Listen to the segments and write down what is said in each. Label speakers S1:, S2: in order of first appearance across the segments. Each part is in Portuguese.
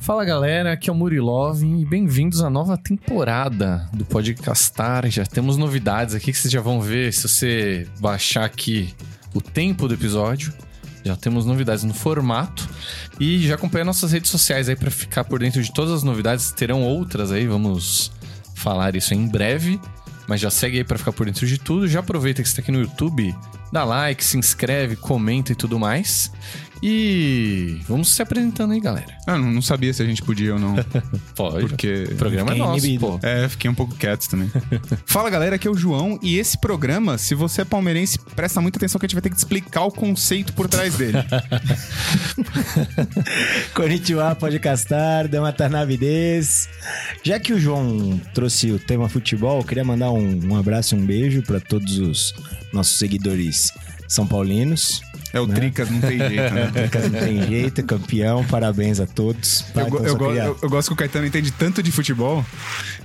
S1: Fala galera, aqui é o Murilov e bem-vindos à nova temporada do Podcastar. Já temos novidades aqui que vocês já vão ver se você baixar aqui o tempo do episódio. Já temos novidades no formato e já acompanha nossas redes sociais aí para ficar por dentro de todas as novidades. Terão outras aí, vamos falar isso em breve. Mas já segue aí para ficar por dentro de tudo. Já aproveita que você está aqui no YouTube, dá like, se inscreve, comenta e tudo mais. E vamos se apresentando aí, galera.
S2: Ah, não, não sabia se a gente podia ou não.
S1: Pode.
S2: Porque.
S1: O programa é
S3: Fiquei
S1: nosso,
S3: inibido.
S1: pô.
S2: É, fiquei um pouco quieto também. Fala galera, aqui é o João e esse programa, se você é palmeirense, presta muita atenção que a gente vai ter que te explicar o conceito por trás dele.
S3: Konnichiwa, podcastar, dama Tarnavides. Já que o João trouxe o tema futebol, eu queria mandar um, um abraço e um beijo para todos os nossos seguidores são paulinos.
S2: É o Tricas, não tem jeito, né?
S3: Caso não tem jeito, campeão, parabéns a todos. Tá,
S2: Eu, go-
S3: então
S2: eu
S3: só
S2: go-
S3: queria-
S2: eu- eu gosto que o Caetano entende tanto de futebol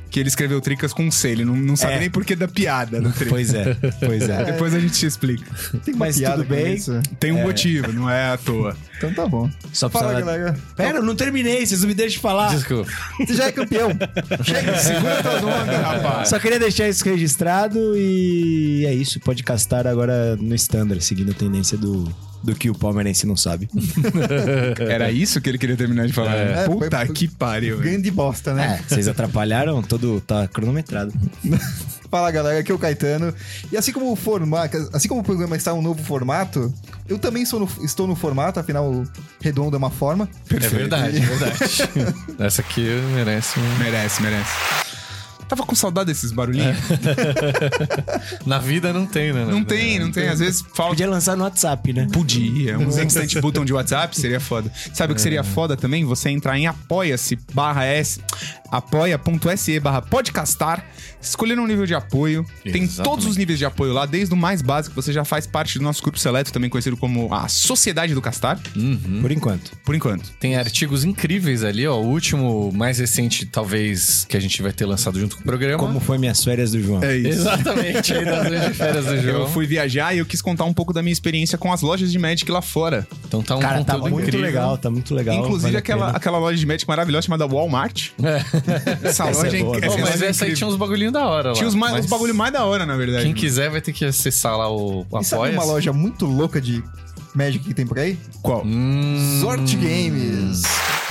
S2: que ele escreveu Tricas com C. Ele não, não sabe
S3: É.
S2: nem porquê da piada do Tricas.
S3: Pois é, pois é.
S2: Depois a gente te explica.
S4: Tem
S3: Mas tudo
S4: com
S3: bem.
S4: isso?
S2: Tem um motivo, não é à toa.
S4: Então tá bom.
S3: Só
S4: Fala,
S3: precisava...
S4: galera.
S3: Pera, eu não terminei, vocês não me deixam falar.
S1: Desculpa.
S4: Você já é campeão. Chega,
S2: Segura todo mundo, rapaz.
S3: Só queria deixar isso registrado e é isso. Podcastar agora no standard, seguindo a tendência do, do que o palmeirense não sabe.
S2: Era isso que ele queria terminar de falar. né?
S4: É, foi-
S2: Puta que pariu. velho.
S4: grande bosta,
S3: É,
S4: né?
S3: vocês atrapalharam, todo tá cronometrado.
S4: Fala galera, aqui é o Caetano. E assim como o formato, assim como o programa está em um novo formato, eu também sou no- estou no formato, afinal, o redondo é uma forma.
S1: É verdade, é verdade. Essa aqui merece um...
S2: Merece, merece. Tava com saudade desses barulhinhos.
S1: Na vida não tem, né?
S2: Não tem, não tem. Às vezes falta.
S3: Podia lançar no WhatsApp, né?
S2: Podia, uns instant button de WhatsApp seria foda. Sabe o que seria foda também? Você entrar em apoia-se barra S, apoia.se barra podcastar, escolher um nível de apoio. Tem
S1: Exatamente.
S2: todos os níveis de apoio lá, desde o mais básico, você já faz parte do nosso grupo seleto, também conhecido como a Sociedade do Castar,
S3: Por enquanto.
S2: por enquanto.
S1: Tem artigos incríveis ali, ó. O último, mais recente, talvez, que a gente vai ter lançado junto com o programa.
S3: Como foi minhas férias do
S2: É,
S3: João?
S1: Exatamente, aí das grandes férias do jogo.
S2: Eu fui viajar e eu quis contar um pouco da minha experiência com as lojas de Magic lá fora.
S1: Então tá um
S3: Cara, tá
S1: conteúdo
S3: muito
S1: incrível.
S3: legal, tá muito legal.
S2: Inclusive
S3: vale a
S2: aquela,
S3: pena.
S2: aquela loja de Magic maravilhosa chamada Walmart. Essa,
S3: Essa
S2: loja
S3: é
S2: é,
S3: boa,
S2: incrível.
S1: Pô, É.
S2: essa
S1: mas
S2: loja é
S1: essa aí
S2: incrível.
S1: tinha uns bagulhinho da hora lá.
S2: Tinha os, mais,
S1: Mas
S2: os bagulho mais da hora, na verdade.
S1: Quem quiser vai ter que acessar lá o
S4: E sabe
S1: apoia
S4: uma loja muito louca de Magic que tem por aí?
S2: Qual?
S1: Hum,
S4: Sorte Games.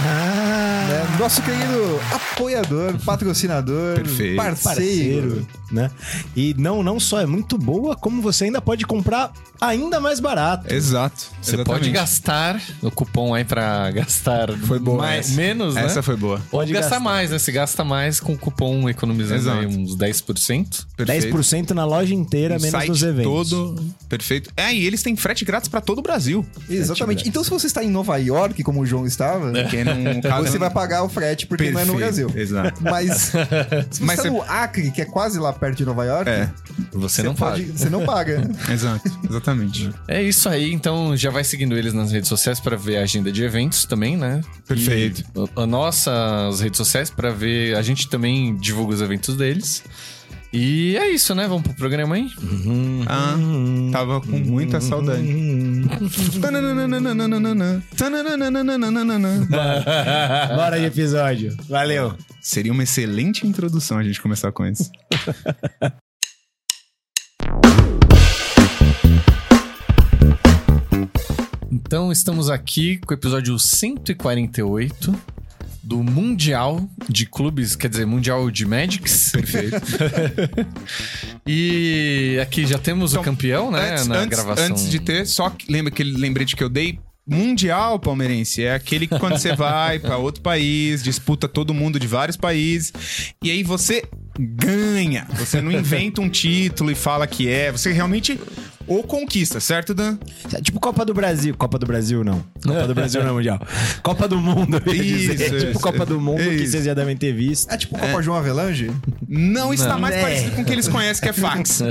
S3: Ah,
S4: né? Nosso querido apoiador, patrocinador,
S2: Perfeito.
S4: parceiro.
S3: parceiro, né? E não, não só é muito boa, como você ainda pode comprar ainda mais barato.
S2: Exato.
S1: Você pode gastar o cupom aí pra gastar
S2: Foi boa
S1: mais-
S2: essa.
S1: menos, né?
S2: Essa foi boa.
S1: Ou
S3: Pode
S1: gastar,
S3: gastar.
S1: mais, né? Se gasta mais com o cupom economizando
S2: Exato.
S1: aí uns 10%.
S2: Perfeito.
S3: 10% na loja inteira,
S2: O
S3: menos
S2: site
S3: nos eventos.
S2: todo. Perfeito. É, e eles têm frete grátis pra todo o Brasil.
S4: Exatamente. Então, se você está em Nova York, como o João estava,
S2: Porque não- cada-
S4: você vai pagar o frete porque não é no
S2: É. Tá Perfeito.
S4: Brasil.
S2: Exato.
S4: Mas se você
S2: Mas
S4: tá
S2: você-
S4: no Acre, que é quase lá perto de Nova York,
S2: É,
S1: Você, não paga.
S4: pode- você não paga.
S2: exato. Exatamente.
S1: É isso aí, então já vai seguindo eles nas redes sociais para ver a agenda de eventos também, né?
S2: Perfeito.
S1: E A nossas redes sociais para ver, a gente também divulga os eventos deles. E é isso, né? Vamos pro programa aí?
S2: Ah,
S3: Uhum.
S2: tava com muita saudade. Tanananananananana. Tanananananananana.
S3: Bora de episódio. Valeu.
S2: Seria uma excelente introdução a gente começar com isso.
S1: Então estamos aqui com o episódio 148 do Mundial de Clubes, quer dizer, Mundial de Magics. Perfeito. e aqui já temos o
S2: Então,
S1: campeão, né?
S2: antes,
S1: na
S2: antes-
S1: gravação.
S2: antes de ter, só que- lembra aquele lembrete que eu dei? Mundial palmeirense é aquele que quando você vai pra outro país, disputa todo mundo de vários países, e aí você ganha. Você não inventa um título e fala que é, você realmente ou conquista, certo, Dan?
S3: É Tipo Copa do Brasil. Copa do Brasil não. Copa do Brasil não é mundial. Copa do Mundo. eu ia dizer.
S2: Isso,
S3: tipo
S2: isso.
S3: Copa do Mundo que
S2: Isso.
S3: vocês já devem ter visto.
S4: É tipo Copa João Avelange?
S2: Não, está mais
S3: É.
S2: parecido com o que eles conhecem, que é fax.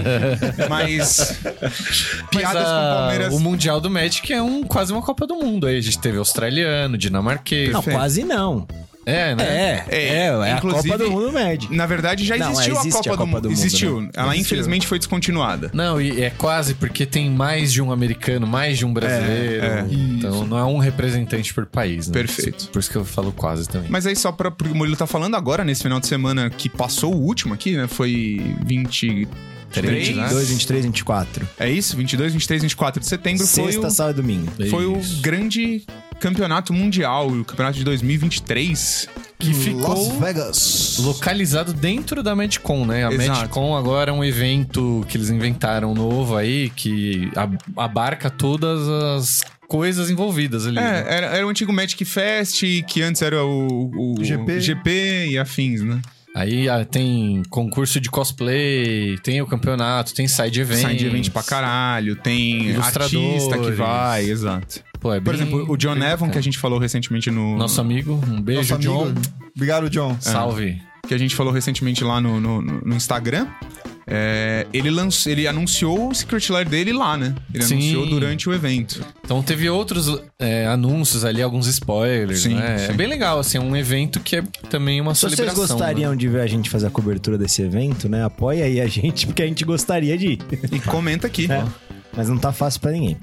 S2: Mas
S1: Mas,
S2: piadas
S1: ah,
S2: com Palmeiras.
S1: O Mundial do Magic é um, quase uma Copa do Mundo. Aí a gente teve australiano, dinamarquês.
S3: Não, quase não.
S1: É, né?
S3: É, é, é, a
S2: Inclusive-
S3: Copa do Mundo Med.
S2: Na verdade, já
S3: Não,
S2: existiu a
S3: existe
S2: Copa, do, Mundo.
S3: né?
S2: Existiu. Ela
S3: Existiu.
S2: infelizmente foi descontinuada.
S1: Não, e é quase porque tem mais de um americano, mais de um brasileiro. Então não é um representante por país, né?
S2: Perfeito.
S1: Por isso que eu falo quase também.
S2: Mas aí, só pra. Porque o Murilo tá falando agora, nesse final de semana que passou o último aqui, né? Foi 23.
S1: né?
S3: 22, 23, 24.
S2: É isso? 22, 23, 24 de setembro
S3: Sexta, sábado e domingo.
S2: foi o, foi o
S1: É Isso.
S2: grande campeonato mundial, o campeonato de 2023.
S1: que
S4: Las
S1: ficou
S4: Vegas.
S1: localizado dentro da Medcon, né? A
S2: Exato.
S1: Medcon agora é um evento que eles inventaram novo aí, que ab- abarca todas as coisas envolvidas ali. né?
S2: É, era, era o antigo Magic Fest, que antes era o, o
S4: GP.
S2: GP e afins, né?
S1: Aí ah, tem concurso de cosplay, tem o campeonato, tem side event.
S2: Sai de evento pra caralho, tem
S1: Ilustradores.
S2: artista que vai, exato.
S1: Pô, é
S2: Por
S1: bem-
S2: exemplo, o John
S1: bem
S2: Evan, que a
S1: bacana.
S2: gente falou recentemente no.
S1: Nosso amigo, um beijo,
S4: Nosso
S1: John.
S4: amigo. Obrigado, John.
S2: É.
S1: Salve.
S2: que a gente falou recentemente lá no, no, no- no Instagram. é, ele, lançou, ele anunciou o Secret Lair dele lá, né? Ele
S1: Sim.
S2: anunciou durante o evento.
S1: Então teve outros é, anúncios ali, alguns spoilers,
S2: Sim,
S1: né?
S2: sim.
S1: É bem legal, assim, é um evento que é também uma
S3: Se vocês
S1: celebração. né?
S3: gostariam de ver a gente fazer a cobertura desse evento, né? Apoia aí a gente, porque a gente gostaria de ir.
S2: E comenta aqui.
S3: É. Mas não tá fácil pra ninguém.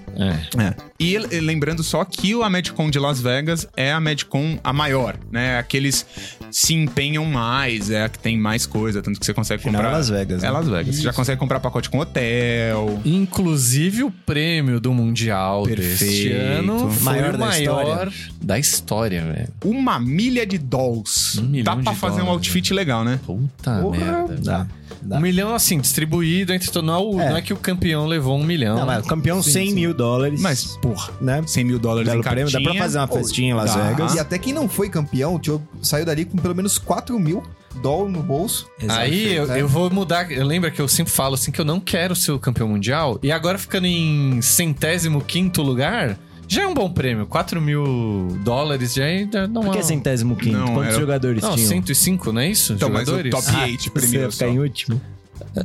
S1: né?
S2: É. E e lembrando só que a Medcon de Las Vegas é a Medcon a maior, né? Aqueles se empenham mais, é a que tem mais coisa, tanto que você consegue
S3: Afinal,
S2: comprar.
S3: é Las Vegas,
S2: É
S3: né?
S2: Las Vegas. Você já consegue comprar pacote com hotel.
S1: É. Inclusive o prêmio do Mundial
S2: Perfeito.
S1: deste ano foi
S3: Maior
S1: o
S3: da
S1: maior da história, velho.
S2: Uma milha de dolls.
S1: Um milhão
S2: Dá
S1: de
S2: pra fazer um
S1: dólares,
S2: outfit legal, né?
S1: Puta
S4: Porra.
S1: merda.
S3: Dá.
S1: Um milhão, assim, distribuído entre todo. Não, é o-
S3: É.
S1: não é que o campeão levou um milhão.
S3: Não, mas o campeão
S1: Sim,
S3: 100
S1: sim.
S3: mil dólares.
S2: Mas, porra,
S3: né?
S2: 100 mil dólares
S3: Belo
S2: em
S3: prêmio, dá pra
S2: cartinha.
S3: fazer uma festinha em Las
S2: dá.
S3: Vegas.
S4: E até quem não foi campeão tio, saiu dali com pelo menos 4 mil dólares no bolso.
S1: Aí eu,
S3: é.
S4: né?
S1: eu vou mudar. Eu lembro que eu sempre falo assim que eu não quero ser o campeão mundial. E agora ficando em centésimo quinto lugar, já é um bom prêmio. 4 mil dólares já é. já não
S3: Por
S1: é
S3: que
S1: um-
S3: centésimo quinto?
S2: Não,
S3: Quantos
S2: era-
S3: jogadores
S1: Não,
S3: tinham? Ah,
S1: 105, não é isso?
S2: Então, mas o
S1: Jogadores?
S2: top 8
S3: Você ia
S2: primeiro
S3: ficar
S2: só.
S3: em último?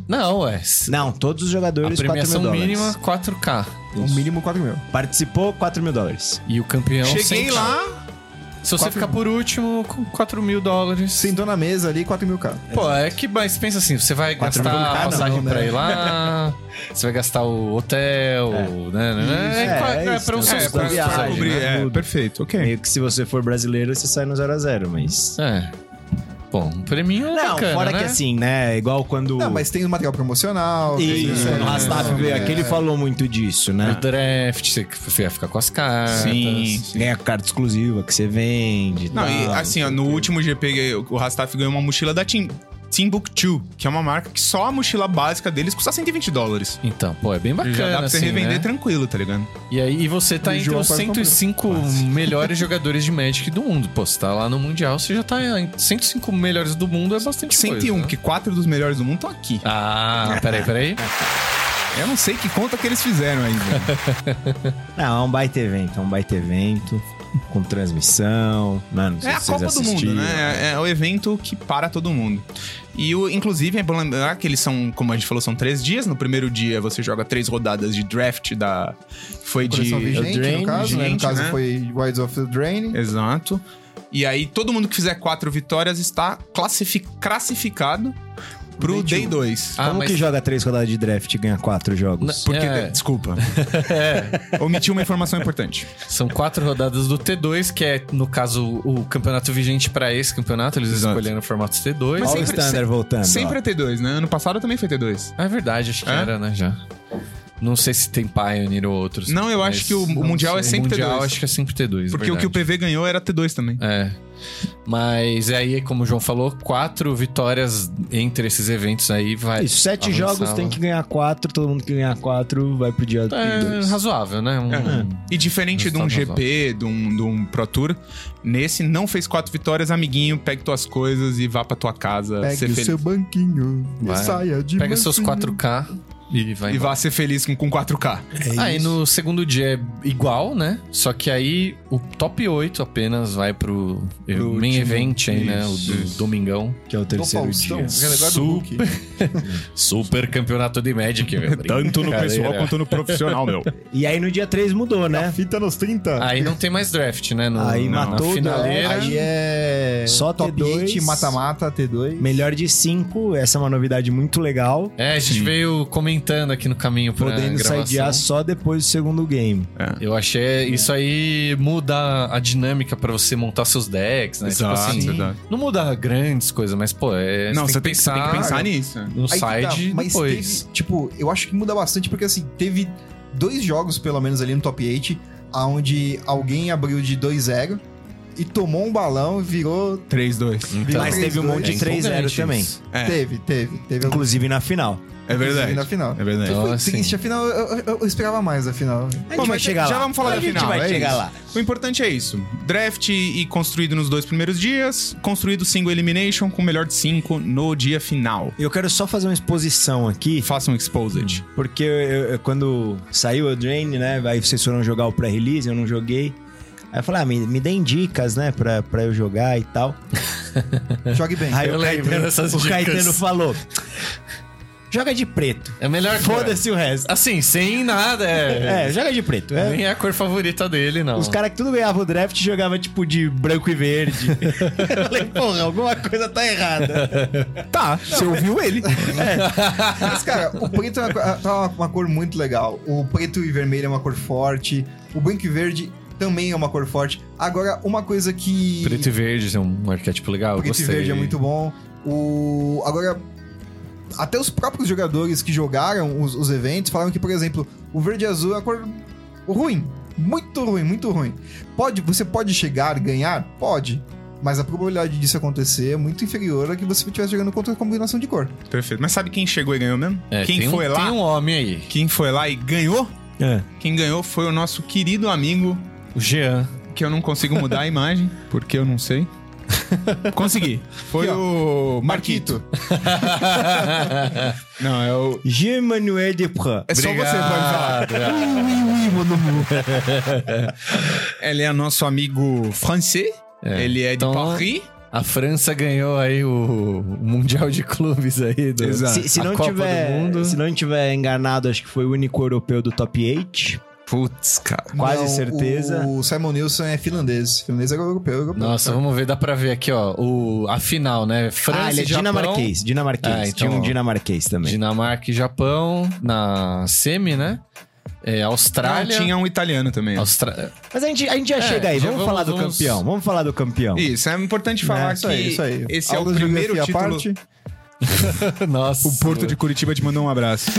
S1: Não, é.
S3: Não, todos os
S1: A
S3: jogadores, 4 mil
S1: premiação
S3: dólares.
S1: mínima, 4K.
S4: No mínimo 4 mil.
S3: Participou, 4 mil dólares.
S1: E o campeão.
S2: Cheguei
S1: 100K.
S2: lá,
S1: Se você
S4: quatro-
S1: ficar por último, com 4 mil dólares.
S4: Sentou na mesa ali, 4 mil, cara.
S1: Pô, é que, mas pensa assim, você vai
S3: Quatro
S1: gastar
S3: mil
S1: a
S3: cada,
S1: passagem
S4: não, né?
S1: pra ir lá, você vai gastar o hotel, né, né, né?
S3: É. Isso,
S1: É,
S3: é,
S1: é,
S3: é isso,
S1: pra um
S3: né?
S1: susto
S2: é,
S3: pra-
S1: da
S2: pra, pra
S1: viagem,
S2: cobrir,
S1: né?
S2: é, perfeito, ok.
S3: Meio que se você for brasileiro, você sai no 0 a 0 mas...
S1: É. Bom, um prêmio é
S3: Não,
S1: bacana,
S3: fora
S1: né?
S3: que assim, né? Igual quando...
S4: Não, mas tem o material promocional. tem,
S3: Isso,
S4: né?
S2: é
S3: no Rastaf veio aqui, ele falou muito disso,
S1: No
S3: né?
S1: draft, você vai ficar com as cartas.
S2: Então, Sim, sim.
S3: Ganha carta exclusiva que você vende.
S2: Não, e
S1: Ah,
S2: assim, ó, no último GP, o Rastaf ganhou uma mochila da Tim, Timbuktu, que é uma marca que só a mochila básica deles custa 120 dólares.
S1: Então, pô, é bem bacana.
S2: Já dá pra você
S1: assim,
S2: revender
S1: né?
S2: tranquilo, tá ligado?
S1: E aí, e você tá
S4: E
S1: entre
S4: João
S1: os
S4: quase
S1: 105 melhores jogadores de Magic do mundo. Pô, você tá lá no Mundial, você já tá em 105 melhores do mundo, é bastante
S2: 101,
S1: coisa, né?
S2: que quatro dos melhores do mundo estão aqui.
S1: Ah, peraí, peraí.
S2: Eu não sei que conta que eles fizeram ainda.
S3: Não, é um baita evento, é um baita evento. Com transmissão, mano.
S2: é a Copa do Mundo, né? É, é o evento que para todo mundo. E, o, inclusive, é bom lembrar que eles são, como a gente falou, são três dias. No primeiro dia, você joga três rodadas de draft da... Foi
S4: Coleção
S2: de...
S4: vigente,
S3: Drain,
S4: no caso, né? No
S2: vigente,
S4: caso
S2: né?
S4: foi Wilds of the Drain.
S2: Exato. E aí, todo mundo que fizer quatro vitórias está classifi- classificado pro Day 2.
S1: Ah,
S3: Como
S1: mas-
S3: que joga três rodadas de draft e ganha quatro jogos?
S2: Porque,
S1: É.
S2: desculpa,
S1: É.
S2: omiti uma informação importante.
S1: São quatro rodadas do T2, que é, no caso, o campeonato vigente pra esse campeonato. Eles
S2: Exato.
S1: escolheram o formato T2.
S2: Mas é-
S3: Olha o
S2: sempre-
S3: standard
S2: sempre-
S3: voltando.
S2: Sempre é
S3: ó.
S2: T2, né? Ano passado também foi T2.
S1: Ah, É verdade, acho que
S2: É?
S1: era, né, já. Não sei se tem Pioneer ou outros.
S2: Não, eu acho
S1: mas-
S2: que o- o
S1: não
S2: Mundial é sempre
S1: O Mundial
S2: T2.
S1: acho que é sempre T2,
S2: Porque o que o
S1: verdade.
S2: PV ganhou era T2 também.
S1: É. Mas é aí, como o João falou, quatro vitórias entre esses eventos aí vai...
S3: Isso, sete
S1: é avançar
S3: jogos
S1: lá.
S3: tem que ganhar quatro, todo mundo que ganhar quatro vai pro dia
S1: É
S3: dois.
S1: razoável, né? Um-
S2: É. E diferente de um
S1: Resultado
S2: GP, de um, de um Pro Tour, nesse não fez quatro vitórias, amiguinho, pegue tuas coisas e vá pra tua casa
S4: Pegue
S2: ser
S4: o
S2: feliz.
S4: seu banquinho e
S1: Vai.
S4: saia de
S1: Pega seus
S4: mansinho.
S1: 4K E vai
S2: e É
S1: embora.
S2: vá ser feliz com, com 4K.
S3: É
S1: Aí no segundo dia é igual, né? Só que aí o top 8 apenas vai pro, eh,
S2: Pro
S1: main
S2: último.
S1: event aí, né? O
S2: Isso,
S1: do-
S2: isso.
S1: domingão.
S3: Que é o terceiro
S4: Faustão,
S3: dia.
S4: relegado do Hulk.
S1: Super campeonato de Magic, meu. Brincadeira.
S2: no profissional, meu.
S3: E aí no dia 3 mudou, né?
S4: Fita é nos 30.
S1: Aí não tem mais draft, né? No,
S3: Aí
S1: na
S3: matou o
S1: finaleira.
S3: draft.
S4: Aí é.
S3: Só
S4: top
S3: T2.
S4: 8, mata-mata, T2.
S3: Melhor de 5, essa é uma novidade muito legal.
S1: É, a gente veio comentando aqui no caminho pra
S3: Podendo
S1: É, gravação.
S3: saidear só depois do segundo game.
S1: Eu achei isso aí muda a dinâmica pra você montar seus decks, né?
S2: Exato,
S1: tipo assim,
S2: exato.
S1: não muda grandes coisas, mas pô, é,
S2: Não,
S1: você tem que
S2: você
S1: pensar,
S2: tem que pensar nisso.
S1: no
S4: Aí que tá,
S1: side
S4: mas
S1: depois.
S4: teve, tipo, eu acho que muda bastante porque assim, teve dois jogos pelo menos ali no top 8 aonde alguém abriu de 2-0 e tomou um balão, virou,
S2: 3-2.
S4: virou
S3: Mas
S4: três,
S3: teve um
S4: dois.
S3: monte de
S1: É
S3: 3-0
S1: empolgante
S3: também.
S1: isso.
S2: É.
S4: Teve, teve, teve algum-
S3: Inclusive na final.
S2: É verdade.
S4: na final.
S2: É verdade.
S4: Então, foi
S1: Então, assim-
S4: triste, afinal eu, eu- eu esperava mais a final.
S3: A gente
S2: Bom,
S3: vai
S2: mas
S3: chegar
S2: já
S3: lá.
S2: vamos falar
S3: a
S2: da
S3: gente
S2: final,
S3: vai
S2: é
S3: chegar
S2: isso.
S3: lá.
S2: O importante é isso. Draft e construído nos dois primeiros dias, construído single elimination com o melhor de cinco no dia final.
S3: Eu quero só fazer uma exposição aqui,
S2: Façam exposed.
S3: porque eu- eu- eu- quando saiu o Drain, né? Aí vocês foram jogar o pré-release, eu não joguei. Aí eu falei, ah, me, me deem dicas, né, pra, pra eu jogar e tal.
S4: Jogue bem.
S3: Aí
S1: Eu
S3: o,
S1: lembro
S3: Caetano,
S1: dessas
S3: o
S1: dicas.
S3: Caetano falou: joga de preto.
S1: É melhor que-
S3: Foda-se o resto.
S1: Assim, sem nada, é.
S3: É, joga de preto. é.
S1: Nem é a cor favorita dele, não.
S3: Os caras que tudo ganhavam o draft jogavam tipo de branco e verde. Eu falei, porra, alguma coisa tá errada.
S2: Tá, você ouviu ele.
S4: Mas, cara, o preto é uma, co- tá uma- uma cor muito legal. O preto e vermelho é uma cor forte. O branco e verde também é uma cor forte. Agora, uma coisa que.
S1: Preto e verde é um arquétipo legal. eu
S4: Preto e
S1: gostei.
S4: verde é muito bom. O... Agora, até os próprios jogadores que jogaram os, os eventos falaram que, por exemplo, o verde e azul é a cor ruim. Muito ruim, muito ruim. Pode, você pode chegar, ganhar? Pode. Mas a probabilidade disso acontecer é muito inferior a que você estivesse jogando contra a combinação de cor.
S2: Perfeito. Mas sabe quem chegou e ganhou mesmo?
S1: É,
S2: quem
S1: tem um-
S2: foi lá?
S1: Tem um homem aí.
S2: Quem foi lá e ganhou?
S3: É.
S2: Quem ganhou foi o nosso querido amigo,
S1: O Jean.
S2: que eu não consigo mudar a imagem, porque eu não sei. Consegui. Foi
S4: Aqui,
S2: o Marquito. Não, é o.
S3: Jean-Manuel Deprat.
S2: É só você, pode falar. Ele é nosso amigo francês.
S1: É.
S2: Ele é
S1: Então,
S2: de Paris.
S1: A França ganhou aí o, o Mundial de Clubes aí. Do,
S2: Exato.
S3: Se, se
S1: a
S3: não
S1: Copa do
S3: tiver,
S1: Mundo.
S3: se não tiver enganado, acho que foi o único europeu do top 8.
S2: Putz, cara.
S3: Quase certeza.
S4: O Simon Nilsson é finlandês. Finlandês é europeu. europeu.
S1: Nossa, vamos ver, dá pra ver aqui, ó. O, a final, né? França
S3: ah, ele
S1: e
S3: é
S1: Japão,
S3: dinamarquês. Dinamarquês.
S1: Ah, então,
S3: Tinha um
S1: ó.
S3: dinamarquês também.
S1: Dinamarca e Japão na semi, né? É,
S3: Ah,
S1: Austrália.
S2: tinha um italiano também.
S1: Austra-
S3: Mas a gente, a gente já
S1: É,
S3: chega aí.
S1: já
S3: Vamos,
S1: vamos-
S3: falar do
S1: vamos-
S3: campeão. Vamos falar do campeão.
S2: Isso, é importante falar
S4: isso
S2: que
S4: aí, isso aí.
S2: esse é
S4: Aula
S2: o
S4: de
S2: primeiro
S4: geografia
S2: título.
S4: à parte.
S1: Nossa.
S2: O Porto de Curitiba te mandou um abraço.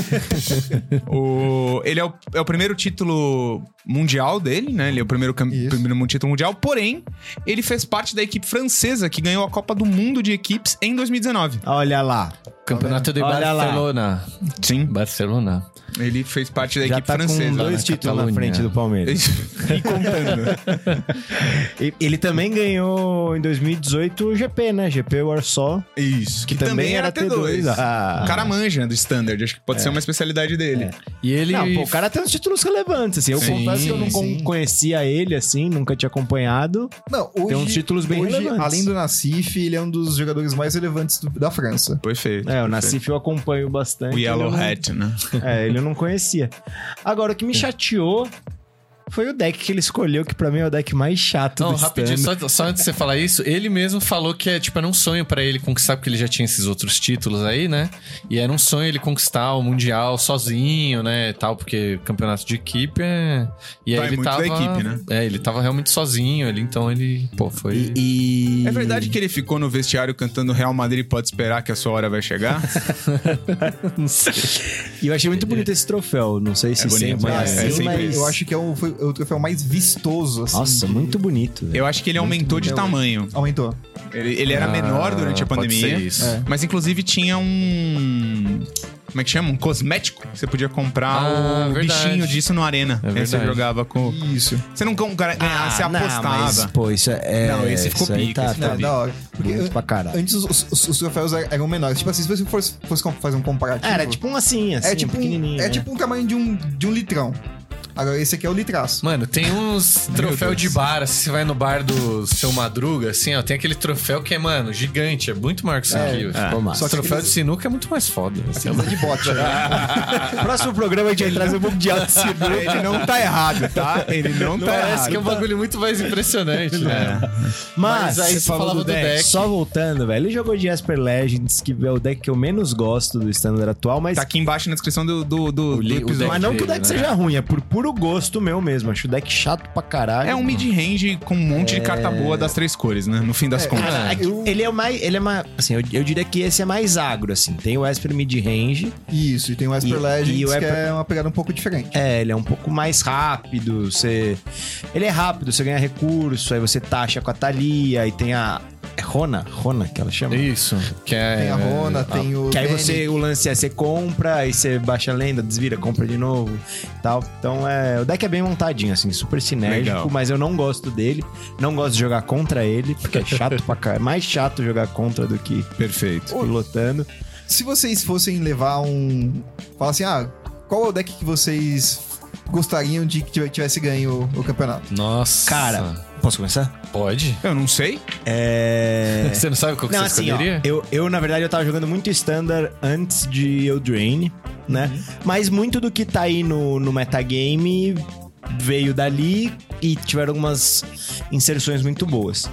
S2: o, ele é o, é o primeiro título mundial dele, né? Ele é o primeiro, cam-
S4: Isso.
S2: primeiro mu- título mundial. Porém, ele fez parte da equipe francesa que ganhou a Copa do Mundo de Equipes em 2019.
S3: Olha lá.
S1: Campeonato de
S3: Olha lá.
S1: Barcelona.
S2: Sim.
S1: Barcelona.
S2: Ele fez parte da
S3: Já
S2: equipe
S3: tá com
S2: francesa. né?
S3: dois
S1: na
S3: títulos na
S1: né, Catalunha.
S3: frente do Palmeiras.
S2: E contando.
S3: E- Ele também ganhou em 2018 o GP, né? GP Warsaw,
S2: Isso.
S3: que, também, era T2. Ah. É.
S2: O cara manja do standard, acho que pode ser uma especialidade dele.
S1: E ele.
S3: Não, um pô, o cara tem uns títulos relevantes, assim. Eu
S1: Sim,
S3: confesso que eu não con-
S4: sim.
S3: conhecia ele, assim, nunca tinha acompanhado. É,
S4: Não, hoje,
S3: Tem uns títulos bem
S4: hoje,
S3: relevantes.
S4: além do Nassif, ele é um dos jogadores mais relevantes do- da França.
S2: Perfeito.
S3: É, o
S2: perfeito.
S3: Nassif eu acompanho bastante.
S2: O Yellow
S3: ele um eu não-
S2: Hat, né?
S3: É, ele eu não conhecia. Agora, o que me chateou foi o deck que ele escolheu, que pra mim é o deck mais chato
S1: Não,
S3: do
S1: rapidinho,
S3: stand.
S1: só, só antes de você falar isso, ele mesmo falou que é, tipo, era um sonho pra ele conquistar, porque ele já tinha esses outros títulos aí, né? E era um sonho ele conquistar o Mundial sozinho, né, e tal, porque campeonato de equipe é... E aí
S2: Vai
S1: ele
S2: muito da
S1: tava...
S2: equipe, né?
S1: É, ele tava realmente sozinho ali, então ele, pô, foi...
S3: E, e-
S2: É verdade que ele ficou no vestiário cantando Real Madrid pode esperar que a sua hora vai chegar?
S1: Não sei.
S3: e eu achei muito bonito esse troféu. Não sei se
S2: bonito,
S3: sempre é
S2: né?
S3: assim,
S2: É sempre
S3: mas...
S2: isso.
S4: Eu acho que é o, foi o troféu mais vistoso,
S2: É.
S4: assim.
S3: Nossa,
S4: de-
S3: muito bonito. velho.
S2: Eu acho que ele aumentou de tamanho.
S4: Aumentou.
S2: Ele, ele era menor durante a
S1: Ah, pode ser
S2: É. pandemia,
S1: isso.
S4: É.
S2: mas inclusive tinha um como é que chama? Um cosmético. Você podia comprar
S1: Ah,
S2: o
S1: verdade.
S2: bichinho disso no Arena.
S1: É
S2: Aí você
S1: verdade.
S2: jogava com.
S4: Isso.
S2: Você um não ganhava,
S3: Ah,
S2: Ah, você apostava.
S3: pô, isso é.
S2: Não, esse ficou
S3: isso aí
S2: pica,
S3: Tá,
S2: esse
S3: tá
S2: tá
S4: É,
S2: vi.
S4: da hora. Porque
S3: bonito pra caralho.
S4: antes os, os- os troféus eram menores. Tipo assim, se você fosse, fosse com- fazer um comparativo.
S3: Era tipo um assim, assim,
S4: é tipo um,
S3: pequenininho.
S4: é
S3: né?
S4: tipo um tamanho de um, de um litrão. Agora esse aqui é o litraço.
S1: Mano, tem uns troféu
S2: Deus.
S1: de bar, assim, você vai no bar do seu Madruga, assim, ó, tem aquele troféu que é, mano, gigante, é muito maior que isso aqui. ó.
S3: ficou massa.
S1: Só que troféu de sinuca é muito mais foda. assim, ó.
S4: Mas é de bote. né?
S3: Próximo programa a gente vai trazer um pouco de alto
S2: Ele não tá errado, tá? Ele não tá
S1: Parece
S2: errado.
S1: que é um bagulho muito mais impressionante, né?
S3: Mas,
S1: Mas aí você falava do deck.
S3: Só voltando, velho. Ele jogou Jasper Legends, que é o deck que eu menos gosto do standard atual, mas.
S2: Tá aqui embaixo na descrição do, do, do-
S1: O
S2: do
S1: li- o
S2: episódio.
S1: deck
S3: Mas não que o
S1: dele,
S3: deck
S1: né?
S3: seja ruim, é por puro gosto meu mesmo. Acho o deck é chato pra caralho.
S2: É um mid-range com um monte de carta boa das três cores, né? No fim das contas.
S3: Cara, aqui-
S4: eu-
S3: Ele é o mais. Ele é mais. Assim, eu, eu diria que esse é mais agro, assim. Tem o Esper mid-range.
S4: Isso, e tem o Esper
S3: E-
S4: Legends,
S3: e o
S4: que
S3: Esper-
S4: é uma pegada um pouco diferente.
S3: É, ele é um pouco mais rápido. Você. Ele é rápido, você ganha recurso, aí você taxa com a Thalia, e tem a. É Rona? Rona que ela chama?
S1: Isso. Que é,
S4: Tem a Rona, tem o.
S3: Ah, Que aí
S4: Benny.
S3: você, o lance é você compra, aí você baixa a lenda, desvira, compra de novo tal. Então é. O deck é bem montadinho, assim, super sinérgico,
S2: Legal.
S3: mas eu não gosto dele. Não gosto de jogar contra ele, porque é chato pra caralho. É mais chato jogar contra do que
S2: Perfeito.
S3: pilotando.
S4: Se vocês fossem levar um. Fala assim, ah, qual é o deck que vocês gostariam de que tivesse ganho o
S1: É,
S4: campeonato?
S1: Nossa.
S3: Cara, posso começar?
S1: Pode?
S2: Eu não sei.
S3: É.
S1: Você não sabe qual que
S3: Não,
S1: você
S3: assim, ó,
S1: escolheria?
S3: eu, eu, na verdade, eu tava jogando muito standard antes de Eldraine, né?
S1: Uhum.
S3: Mas muito do que tá aí no, no metagame veio dali e tiveram algumas inserções muito boas.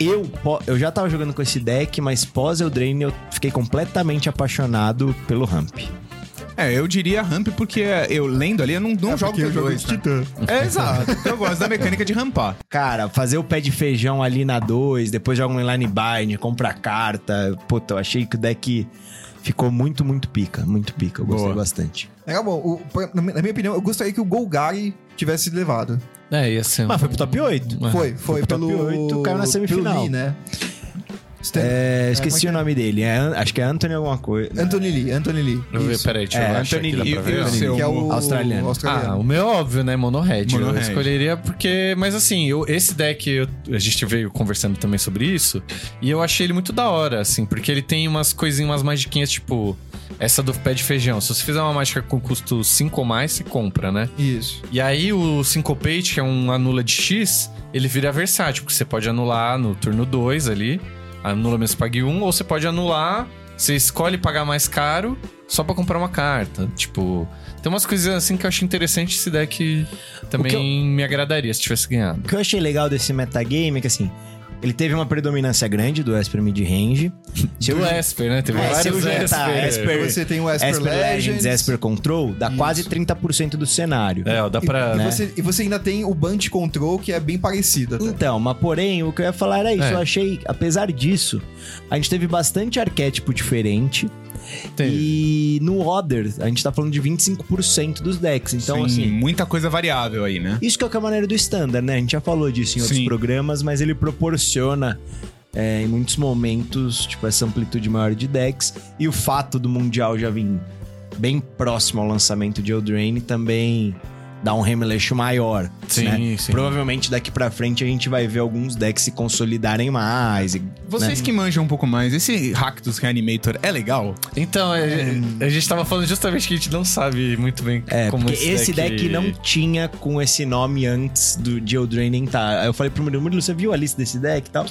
S3: Eu, po- eu já tava jogando com esse deck, mas pós Eldraine eu fiquei completamente apaixonado pelo Ramp.
S2: É, eu diria ramp porque é, eu lendo ali, eu não, não jogo
S4: porque eu jogo
S2: dois,
S4: de
S2: né? É, exato. Eu gosto da mecânica de rampar.
S3: Cara, fazer o pé de feijão ali na 2, depois joga um inline bind, compra carta. Puta, eu achei que o deck ficou muito, muito pica. Muito pica. Eu gostei
S2: Boa.
S3: bastante.
S4: Era bom, É, o- pra- na mi- na minha opinião, eu gostaria que o Golgari tivesse levado.
S1: É, ia ser um-
S3: Mas foi pro top 8.
S1: Ah,
S4: foi, foi
S3: top
S4: pelo.
S3: Então, oito, caiu na
S4: pelo
S3: semifinal.
S4: Lee, né?
S3: É, esqueci
S4: É,
S3: o nome dele. É An- acho que é Anthony alguma né? coisa.
S4: Anthony Lee, Anthony Lee.
S1: Deixa eu ver,
S4: isso.
S1: peraí, deixa
S3: É,
S1: eu achar
S3: Anthony
S1: aqui, dá
S2: E,
S1: pra ver?
S2: o seu
S4: Que é o
S3: Australiano.
S1: Ah, o meu é óbvio, né? Monohead. Eu
S2: Monohead.
S1: escolheria porque. Mas assim, eu- esse deck, eu- a gente veio conversando também sobre isso. E eu achei ele muito da hora, assim, porque ele tem umas coisinhas, umas magiquinhas, tipo. Essa do pé de feijão. Se você fizer uma mágica com custo 5 ou mais, você compra, né?
S4: Isso.
S1: E aí o Syncopate, que é um anula de X, ele vira versátil, porque você pode anular no turno 2 ali, anula menos pague 1, ou você pode anular, você escolhe pagar mais caro só pra comprar uma carta. Tipo, tem umas coisas assim que eu acho interessante esse deck também
S3: que eu-
S1: me agradaria se tivesse ganhado.
S3: O que eu achei legal desse metagame é que assim. Ele teve uma predominância grande do Esper mid-range. Se eu
S1: Do
S3: ju-
S1: Esper, né? Teve
S3: É, se eu
S1: vários
S3: juntar
S1: Esper.
S3: Esper,
S4: Você tem o Esper,
S3: Esper Legends, Esper Control, dá
S4: Isso.
S3: quase 30% do cenário.
S1: É, ó, dá pra...
S4: E,
S3: né?
S4: você, e você ainda tem o Bunt Control, que é bem parecida. Tá?
S3: Então, mas porém, o que eu ia falar era isso.
S1: É.
S3: Eu achei, apesar disso, a gente teve bastante arquétipo diferente.
S1: Teve.
S3: E no Other, a gente tá falando de 25% dos decks. Então,
S2: Sim,
S3: assim,
S2: muita coisa variável aí,
S1: Uhum.
S2: né?
S3: Isso que é o que é a maneira do standard, né? A gente já falou disso em outros
S2: Sim.
S3: programas, mas ele proporciona é, em muitos momentos, tipo, essa amplitude maior de decks. E o fato do Mundial já vir bem próximo ao lançamento de Eldraine também dá um remeleixo maior.
S1: Sim,
S3: né?
S1: sim.
S3: Provavelmente daqui pra frente a gente vai ver alguns decks se consolidarem mais. e-
S2: Vocês que manjam um pouco mais, esse Ractus Reanimator é legal?
S1: Então, a, a gente tava falando justamente que a gente não sabe muito bem
S3: É,
S1: como
S3: porque esse deck... não tinha com esse nome antes do de Eldraine entrar. Aí eu falei pro Murilo, Murilo, você viu a lista desse deck e tal?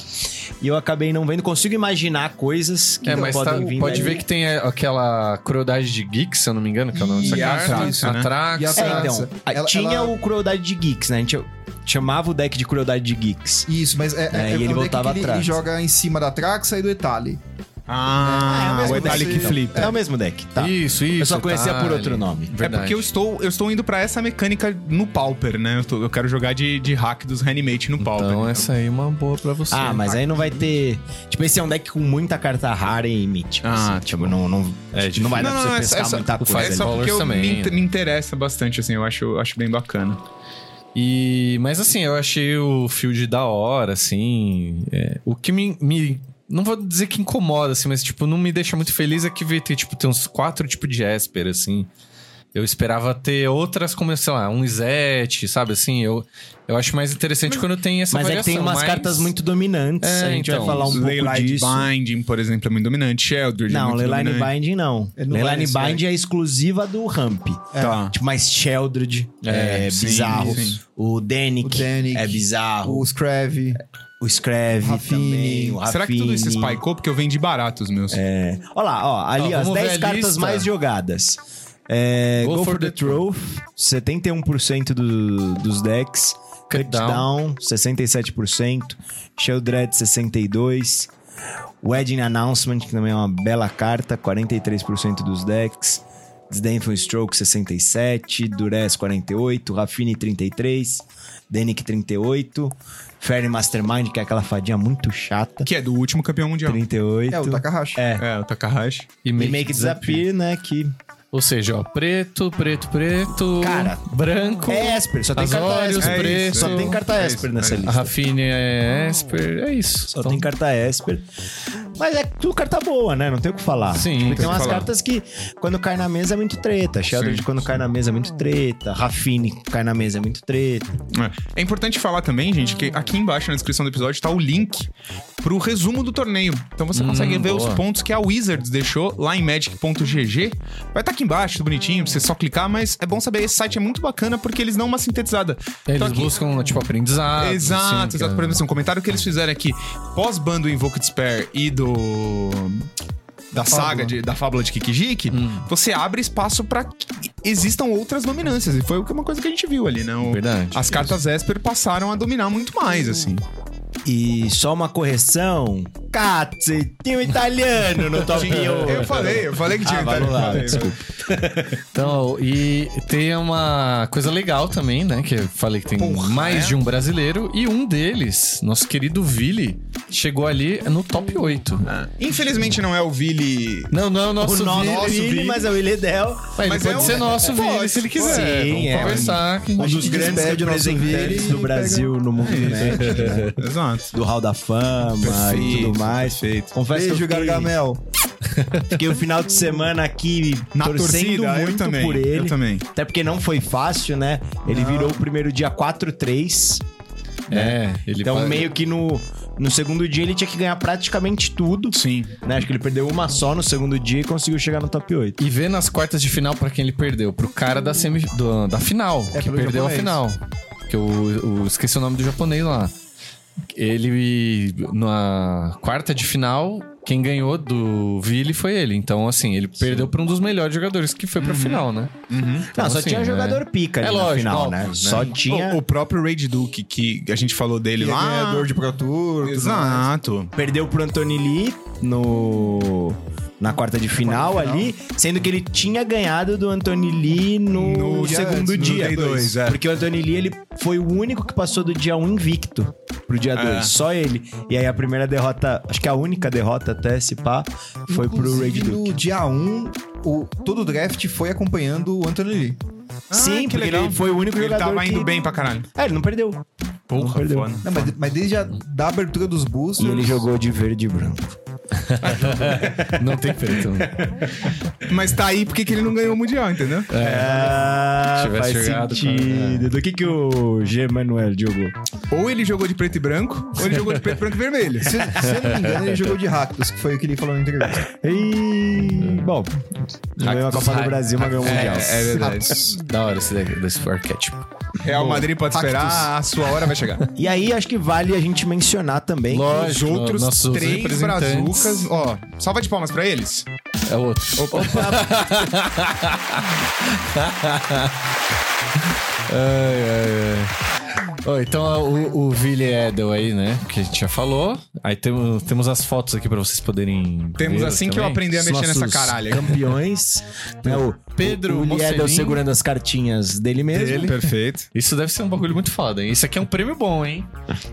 S3: E eu acabei não vendo, consigo imaginar coisas que
S1: É,
S3: não
S1: mas
S3: Então, podem
S1: tá-
S3: vir
S1: pode
S3: dali.
S1: ver que tem é, aquela crueldade de geek, se eu não me engano, que é o nome dessa
S2: E a
S1: carta.
S2: Traxa, né?
S4: E a
S1: Traxa.
S3: É, então,
S4: Nossa,
S3: a-
S4: ela-
S3: tinha
S4: ela-
S3: o Crueldade de Geeks, né? A gente chamava o deck de Crueldade de Geeks.
S4: Isso, mas é, é,
S3: É,
S4: é
S3: e ele
S4: um deck
S3: voltava
S4: que
S3: atrás.
S4: Ele joga em cima da Traxa e do Etali.
S2: Ah,
S3: Ah, é o
S2: o
S3: mesmo
S2: Italic
S4: você-
S2: Flip.
S3: É, o mesmo deck, tá?
S1: Isso, isso.
S3: eu só conhecia
S1: tá,
S3: por outro
S1: ele-
S3: nome.
S1: Verdade.
S2: É porque eu estou, eu estou indo pra essa mecânica no Pauper, né? Eu, tô- eu quero jogar de, de hack dos Reanimate no Pauper.
S1: Então essa aí é uma boa pra você.
S3: Ah, mas aí não vai ter. Tipo, esse é um deck com muita carta rara e mítica.
S2: Ah,
S3: assim. tipo, não, não,
S1: É
S3: não vai dar pra você pescar
S2: essa,
S3: muita coisa.
S2: é
S1: Faz
S3: ali.
S2: só porque eu
S1: também,
S2: me, inter-
S1: né?
S2: me interessa bastante, assim, eu acho, eu acho bem bacana.
S1: E, mas assim, eu achei o Field da hora, assim. é, o que me, me Não vou dizer que incomoda, assim, mas, tipo, não me deixa muito feliz é que veio ter, tipo, tem uns quatro tipos de Esper, assim. Eu esperava ter outras, como, sei lá, um Izete, sabe, assim. Eu, eu acho mais interessante quando tem essa
S3: Mas é que
S1: variação.
S3: tem umas
S1: mas-
S3: cartas muito dominantes.
S1: É,
S3: a gente
S1: então,
S3: vai falar um pouco
S2: Leyline
S3: disso.
S2: Binding, por exemplo, é muito dominante. Sheldred é
S3: Não,
S2: muito
S3: Leyline
S2: dominante.
S3: Binding não.
S4: Ele não vai
S3: Leyline
S4: nesse,
S3: Binding é exclusiva do Ramp.
S2: Tá.
S3: Tipo, mas Sheldred é,
S2: É, sim,
S3: bizarro.
S2: sim.
S3: O Danik
S4: O Danik,
S3: é bizarro.
S4: O Scrave.
S3: O Scrave
S4: Rafine.
S3: também. O
S2: Será que tudo isso
S3: Rafine.
S2: spikeou? Porque eu vendi barato os meus.
S3: É. Olha lá, ó, ali
S1: Ó,
S3: as
S1: vamos
S3: 10
S1: ver a
S3: cartas
S1: lista.
S3: mais jogadas. É, go, for, the, Trophy, 71% do- dos decks. Cutdown, 67%. Sheldred, 62%. Wedding Announcement, que também é uma bela carta, 43% dos decks. Disdainful Stroke, 67%. Durez, 48%. Rafine, 33%. Denik, 38%. Fairy Mastermind, que é aquela fadinha muito chata,
S2: Que é do último campeão mundial.
S3: 38%.
S4: É, o Takahashi.
S3: É.
S2: É, o Takahashi.
S1: E
S3: E Make It Disappear, né? Que.
S1: Ou seja, ó, preto, preto, preto.
S3: Cara,
S1: branco.
S3: É Esper, só tem carta
S1: Azorius,
S3: Esper.
S2: É
S1: preto.
S2: isso,
S3: Só tem carta
S2: É
S3: Esper
S2: isso,
S3: nessa
S2: é isso.
S1: A
S3: lista.
S1: Rafine é Esper. É isso.
S3: Só
S1: Então,
S3: tem carta Esper. Mas é tudo carta boa, né? Não tem o que falar.
S1: Sim,
S3: Tipo,
S1: tem o
S3: tem
S1: que
S3: umas
S2: falar.
S3: cartas que quando cai na mesa é muito treta. Sheldred
S2: Sim,
S3: quando cai na mesa é muito treta. Rafine cai na mesa é muito treta.
S2: É. É importante falar também, gente, que aqui embaixo na descrição do episódio tá o link pro resumo do torneio. Então você consegue ver
S1: boa.
S2: os pontos que a Wizards deixou lá em magic.gg. Vai estar aqui embaixo, tudo bonitinho, pra você só clicar, mas é bom saber, esse site é muito bacana porque eles dão uma sintetizada.
S1: Eles
S2: Então aqui-
S1: buscam, tipo, aprendizado.
S2: Exato,
S1: assim,
S2: exato.
S1: que-
S2: Por exemplo, assim, um comentário que eles fizeram aqui pós-ban do Invoked Spare e do. Da, saga,
S4: fábula.
S2: de- da fábula de Kikijiki, você abre espaço pra que existam outras dominâncias. E foi uma coisa que a gente viu ali, né? O-
S1: Verdade.
S2: As cartas Esper passaram a dominar muito mais, assim.
S3: E só uma correção. Cacetinho italiano no top 1.
S2: Eu falei, eu falei que tinha
S3: Ah, vamos lá,
S2: falei.
S3: desculpa.
S1: Então, e tem uma coisa legal também, né? Que eu falei que tem
S2: Porra,
S1: mais
S2: é?
S1: de um brasileiro. E um deles, nosso querido Vili, chegou ali no top 8.
S2: Infelizmente não é o Vili.
S1: Não, não é o
S3: Ah. O
S1: nosso,
S3: nosso
S1: Vili.
S3: Vili, mas é o Ilidel.
S1: Mas
S2: mas
S1: ele
S2: é
S1: pode
S2: um-
S1: ser nosso
S2: pode.
S1: Vili se ele quiser.
S3: Sim,
S1: Vamos
S3: é.
S1: conversar. que-
S3: Um dos
S4: gente
S3: grandes
S4: despede o nosso Vili
S3: representantes do
S4: e pega-
S3: Brasil no mundo, né?
S2: Exato.
S3: do Hall da Fama e
S2: Perfeito,
S3: tudo mais.
S2: perfeito.
S3: Confesso que
S4: Beijo,
S3: eu fiquei-
S4: Gargamel.
S3: Fiquei o final de semana aqui
S2: Na
S3: torcendo
S2: torcida,
S3: muito
S2: eu também.
S3: por ele.
S2: Eu também.
S3: Até porque não foi fácil, né? Ele virou o primeiro dia 4-3.
S1: É, ele
S3: Então,
S1: pode-
S3: meio que no, no segundo dia ele tinha que ganhar praticamente tudo.
S2: Sim.
S3: Né? Acho que ele perdeu uma só no segundo dia e conseguiu chegar no top 8.
S1: E vê nas quartas de final pra quem ele perdeu. Pro cara da, semi, do- da final,
S4: É,
S1: que
S4: pelo
S1: perdeu
S4: japonês.
S1: a final. Que eu, eu esqueci o nome do japonês lá. Ele, na quarta de final, quem ganhou do Vili foi ele. Então, assim, ele perdeu pra um dos melhores jogadores que foi pra final, né? Então,
S3: não, Ah, só
S1: assim,
S3: tinha
S1: né?
S3: jogador pica ali
S1: É
S3: no
S1: lógico,
S3: final,
S1: óbvio,
S3: né?
S1: né?
S3: Só tinha...
S2: O, o próprio Raid Duke, que a gente falou dele
S4: Ele é
S2: lá.
S4: ganhador de Pro Tour. tudo mais.
S2: Exato.
S3: Perdeu pro Anthony Lee no... Na quarta de final,
S4: quarta de
S3: ali, sendo que ele tinha ganhado do Anthony Lee no,
S2: No dia
S3: segundo
S2: antes, no
S3: dia.
S2: day dois, é.
S3: Porque o Anthony Lee ele foi o único que passou do dia 1 invicto pro dia 2.
S2: É.
S3: Só ele. E aí a primeira derrota, acho que a única derrota até esse pá, foi pro Raid
S4: Inclusive,
S3: Duke.
S4: No dia 1, o, todo o draft foi acompanhando o Anthony Lee.
S3: Sim,
S2: Ah, que
S3: porque ele foi o único
S2: ele
S3: jogador
S2: tava indo
S3: que-
S2: bem pra caralho.
S3: É, ele não perdeu. não
S2: Porra,
S3: perdeu.
S2: foda.
S4: Não, mas, mas desde a da abertura dos
S3: E
S4: boosters...
S3: ele jogou de verde e branco.
S1: Não tem preto.
S2: Mas tá aí porque que ele não ganhou o Mundial, entendeu?
S3: É,
S1: Se tivesse
S3: faz
S1: jogado,
S3: sentido.
S2: é.
S3: Do que, que o G. Manuel jogou?
S2: Ou ele jogou de preto e branco, ou ele jogou de preto, branco e vermelho.
S4: Se, se eu não me engano, ele jogou de Rakdos, que foi o que ele falou na entrevista.
S3: E... Bom, não ganhou a Copa do
S1: Hack-
S3: Brasil, mas ganhou o Mundial.
S2: É, é verdade.
S1: da hora esse daqui- desse arquétipo.
S2: Real Madrid pode
S4: Cactus.
S2: esperar, a sua hora vai chegar.
S3: E aí, acho que vale a gente mencionar também.
S1: Lógico.
S2: Os outros
S1: nossos
S2: três
S1: representantes.
S2: brazucas, ó, salva de palmas pra eles.
S1: É outro. ai, ai, ai. Ó, então ó, o, o Vili Edel aí, né? Que a gente já falou. Aí temos, temos as fotos aqui pra vocês poderem.
S2: Temos
S1: ver
S2: assim que eu
S1: também.
S2: aprendi a
S1: Os
S2: mexer nessa
S1: nossos-
S2: caralha.
S3: Campeões. né, o
S1: Pedro
S3: o, o Liedel
S1: Mocelin.
S3: segurando as cartinhas dele mesmo.
S2: Perfeito.
S1: Isso deve ser um bagulho muito foda, hein? Isso aqui é um prêmio bom, hein?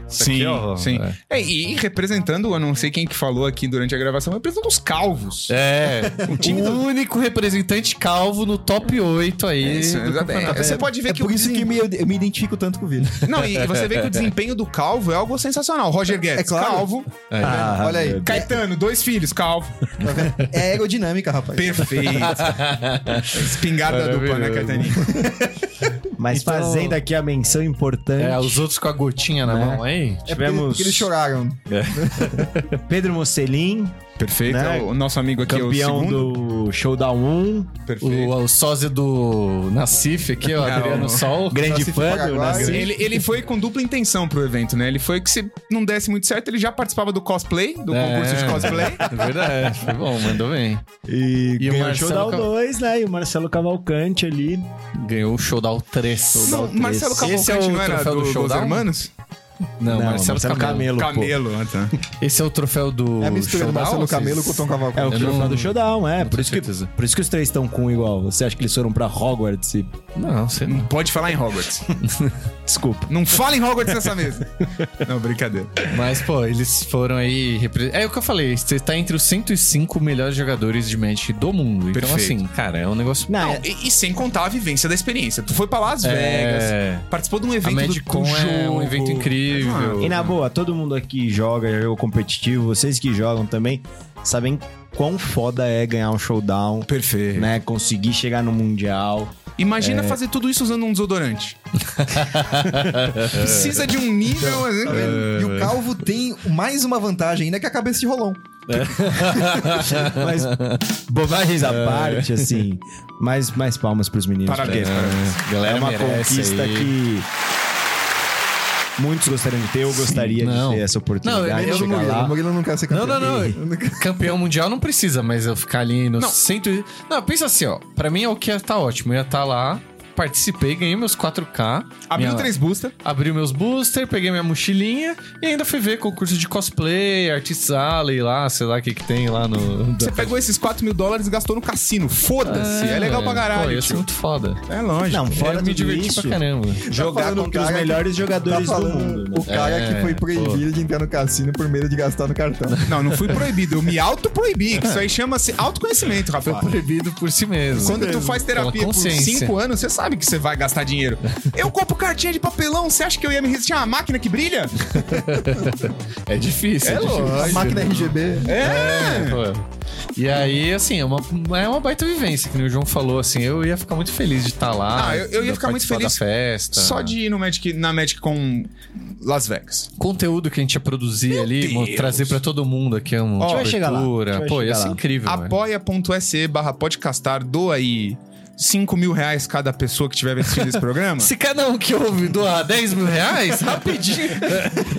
S1: Isso
S2: Sim,
S1: aqui, ó,
S2: sim. É, e representando, eu não sei quem que falou aqui durante a gravação, representando os calvos.
S1: É, o,
S2: Um time do-
S1: único representante calvo no top 8 aí.
S2: Isso, exatamente. Você pode ver
S4: é
S2: que
S4: por
S2: o
S4: isso que
S2: desempenho-
S4: me- eu me identifico tanto com o Vini.
S2: Não, Não, e, e você vê que o desempenho do Calvo é algo sensacional. Roger Guedes,
S4: É claro.
S2: Calvo.
S3: Ah,
S4: Olha aí.
S3: meu Deus.
S2: Caetano, dois filhos, Calvo.
S4: Tá vendo? É aerodinâmica, rapaz. É
S2: Perfeito. Espingarda dupla, né,
S1: Maravilhoso.
S2: Caetaninho?
S3: Mas
S1: Então-
S3: fazendo aqui a menção importante.
S1: É, os outros com a gotinha na
S3: Né?
S1: mão aí.
S4: É porque,
S3: Tivemos
S4: porque eles choraram.
S3: Pedro Mocelin,
S2: Perfeito.
S3: Né?
S2: O nosso amigo aqui é o
S3: campeão
S2: segundo.
S3: do Showdown 1,
S2: Perfeito.
S1: O, o sósia do Nassif aqui, ó,
S2: É,
S1: Adriano
S2: o-
S1: Sol.
S3: grande
S4: Nassif
S3: fã do
S4: Paraguai.
S3: Nassif.
S2: Ele, ele foi com dupla intenção pro evento, né? Ele foi que se não desse muito certo, ele já participava do cosplay, do
S1: É.
S2: concurso de cosplay.
S1: É verdade, foi bom, mandou bem.
S3: E,
S1: E o
S3: ganhou o
S1: Marcelo
S3: Showdown
S1: Cav-
S3: 2, né? E o Marcelo Cavalcante ali.
S1: Ganhou o Showdown 3.
S2: Não,
S3: três.
S2: Marcelo
S1: Esse é
S2: Cavalcante
S1: o
S2: não era
S1: troféu
S2: do,
S1: do
S2: dos
S1: Showdown?
S2: Hermanos?
S1: Não,
S3: Não,
S1: Marcelo, Camelo.
S3: Camelo, pô.
S2: Camelo, ah, tá.
S1: Esse é o troféu do
S4: É a mistura do
S1: Showdown,
S4: Marcelo
S1: vocês-
S4: Camelo com o Tom Cavalcante.
S3: É o
S1: Eu
S3: troféu
S1: não-
S3: do Showdown, é. Por
S1: tenho
S3: isso, que,
S1: certeza.
S3: por isso que os três estão com um igual. Você acha que eles foram pra Hogwarts? E...
S1: Não, você não.
S2: Não pode falar em Hogwarts.
S3: Desculpa.
S2: Não fala em Hogwarts nessa mesa. Não, brincadeira.
S1: Mas, pô, eles foram aí... repre- É o que eu falei, você tá entre os 105 melhores jogadores de Magic do mundo. Então,
S2: Perfeito.
S1: assim, cara, é um negócio...
S3: Não,
S2: Não,
S3: é-
S2: e, e sem contar a vivência da experiência. Tu foi pra Las Vegas,
S1: É,
S2: participou de um
S1: a
S2: evento do, com
S1: Magicon é um
S2: jogo. Ah,
S1: evento incrível.
S3: E na boa, todo mundo aqui joga, já jogou competitivo, vocês que jogam também sabem quão foda é ganhar um showdown,
S2: Perfeito.
S3: né? Conseguir chegar no Mundial.
S1: É.
S2: Imagina fazer tudo isso usando um desodorante. Precisa de um nível.
S1: Então,
S2: né?
S1: é.
S4: Tá vendo? E o Calvo tem mais uma vantagem ainda que é a cabeça de rolão.
S3: Mas bobagens à parte, assim. Mais, mais palmas pros meninos.
S2: Parabéns,
S3: cara.
S2: parabéns.
S1: Galera
S3: É uma
S1: merece
S3: conquista
S1: aí.
S3: que muitos gostariam de ter, eu gostaria
S1: Não.
S3: de ter essa oportunidade
S1: Não, eu-
S3: de
S4: Menos o
S3: chegar
S4: Murilo.
S3: lá.
S4: O Murilo não quer ser
S1: Não,
S4: campeão.
S1: não, não. Campeão mundial não precisa, mas eu ficar ali no
S2: Não.
S1: cento... e- Não, pensa assim, ó. Pra mim é o que ia tá ótimo. Eu ia tá lá, participei, ganhei meus 4K.
S2: Abriu
S1: minha-
S2: três busta.
S1: Abri meus boosters, peguei minha mochilinha e ainda fui ver concurso de cosplay, Artist Alley lá, sei lá o que que tem lá no...
S2: Você pegou esses 4 mil dólares e gastou no cassino. Foda-se. É, legal pra
S1: Ah, Pô,
S2: caralho.
S1: ia ser
S2: tio.
S1: muito foda.
S2: É lógico.
S3: Não,
S1: eu
S3: fora
S1: me
S3: tudo
S1: diverti
S3: isso,
S1: pra caramba.
S3: jogar
S4: falando
S3: contra os
S4: cara que-
S3: melhores
S4: Tá
S3: jogadores do
S4: falando
S3: mundo. né?
S4: o cara
S1: É,
S4: que foi proibido de entrar no cassino por medo de gastar no cartão.
S2: Não, não fui proibido. Eu me autoproibi. que Isso aí chama-se autoconhecimento,
S1: Foi
S2: rapaz.
S1: proibido por si mesmo.
S2: Ah. Quando tu faz terapia
S1: Pela
S2: por
S1: consciência.
S2: 5 anos, você sabe que você vai gastar dinheiro. Eu compro cartinha de papelão, você acha que eu ia me resistir a uma máquina que brilha?
S1: É difícil,
S2: É
S1: é, difícil.
S2: lógico.
S4: A máquina RGB.
S1: É, pô. E aí, assim, é uma, é uma baita vivência, que nem o João falou, assim, eu ia ficar muito feliz de estar lá.
S2: Ah, eu- eu ia
S1: de
S2: ficar muito
S1: participar
S2: feliz
S1: da festa.
S2: Só de ir no Magic, na Magic com Las Vegas.
S1: Conteúdo que a gente ia produzir ali,
S2: Deus.
S1: mo- trazer pra todo mundo aqui um
S2: Ó,
S1: de
S2: a gente
S3: vai chegar lá,
S1: abertura.
S3: a gente vai
S1: Pô, ia
S3: chegar
S1: ser
S3: lá.
S1: incrível. velho.
S2: apoia.se barra podcastar, doa aí 5 mil reais cada pessoa que tiver assistindo esse programa.
S1: Se cada um que ouve doar 10 mil reais, rapidinho.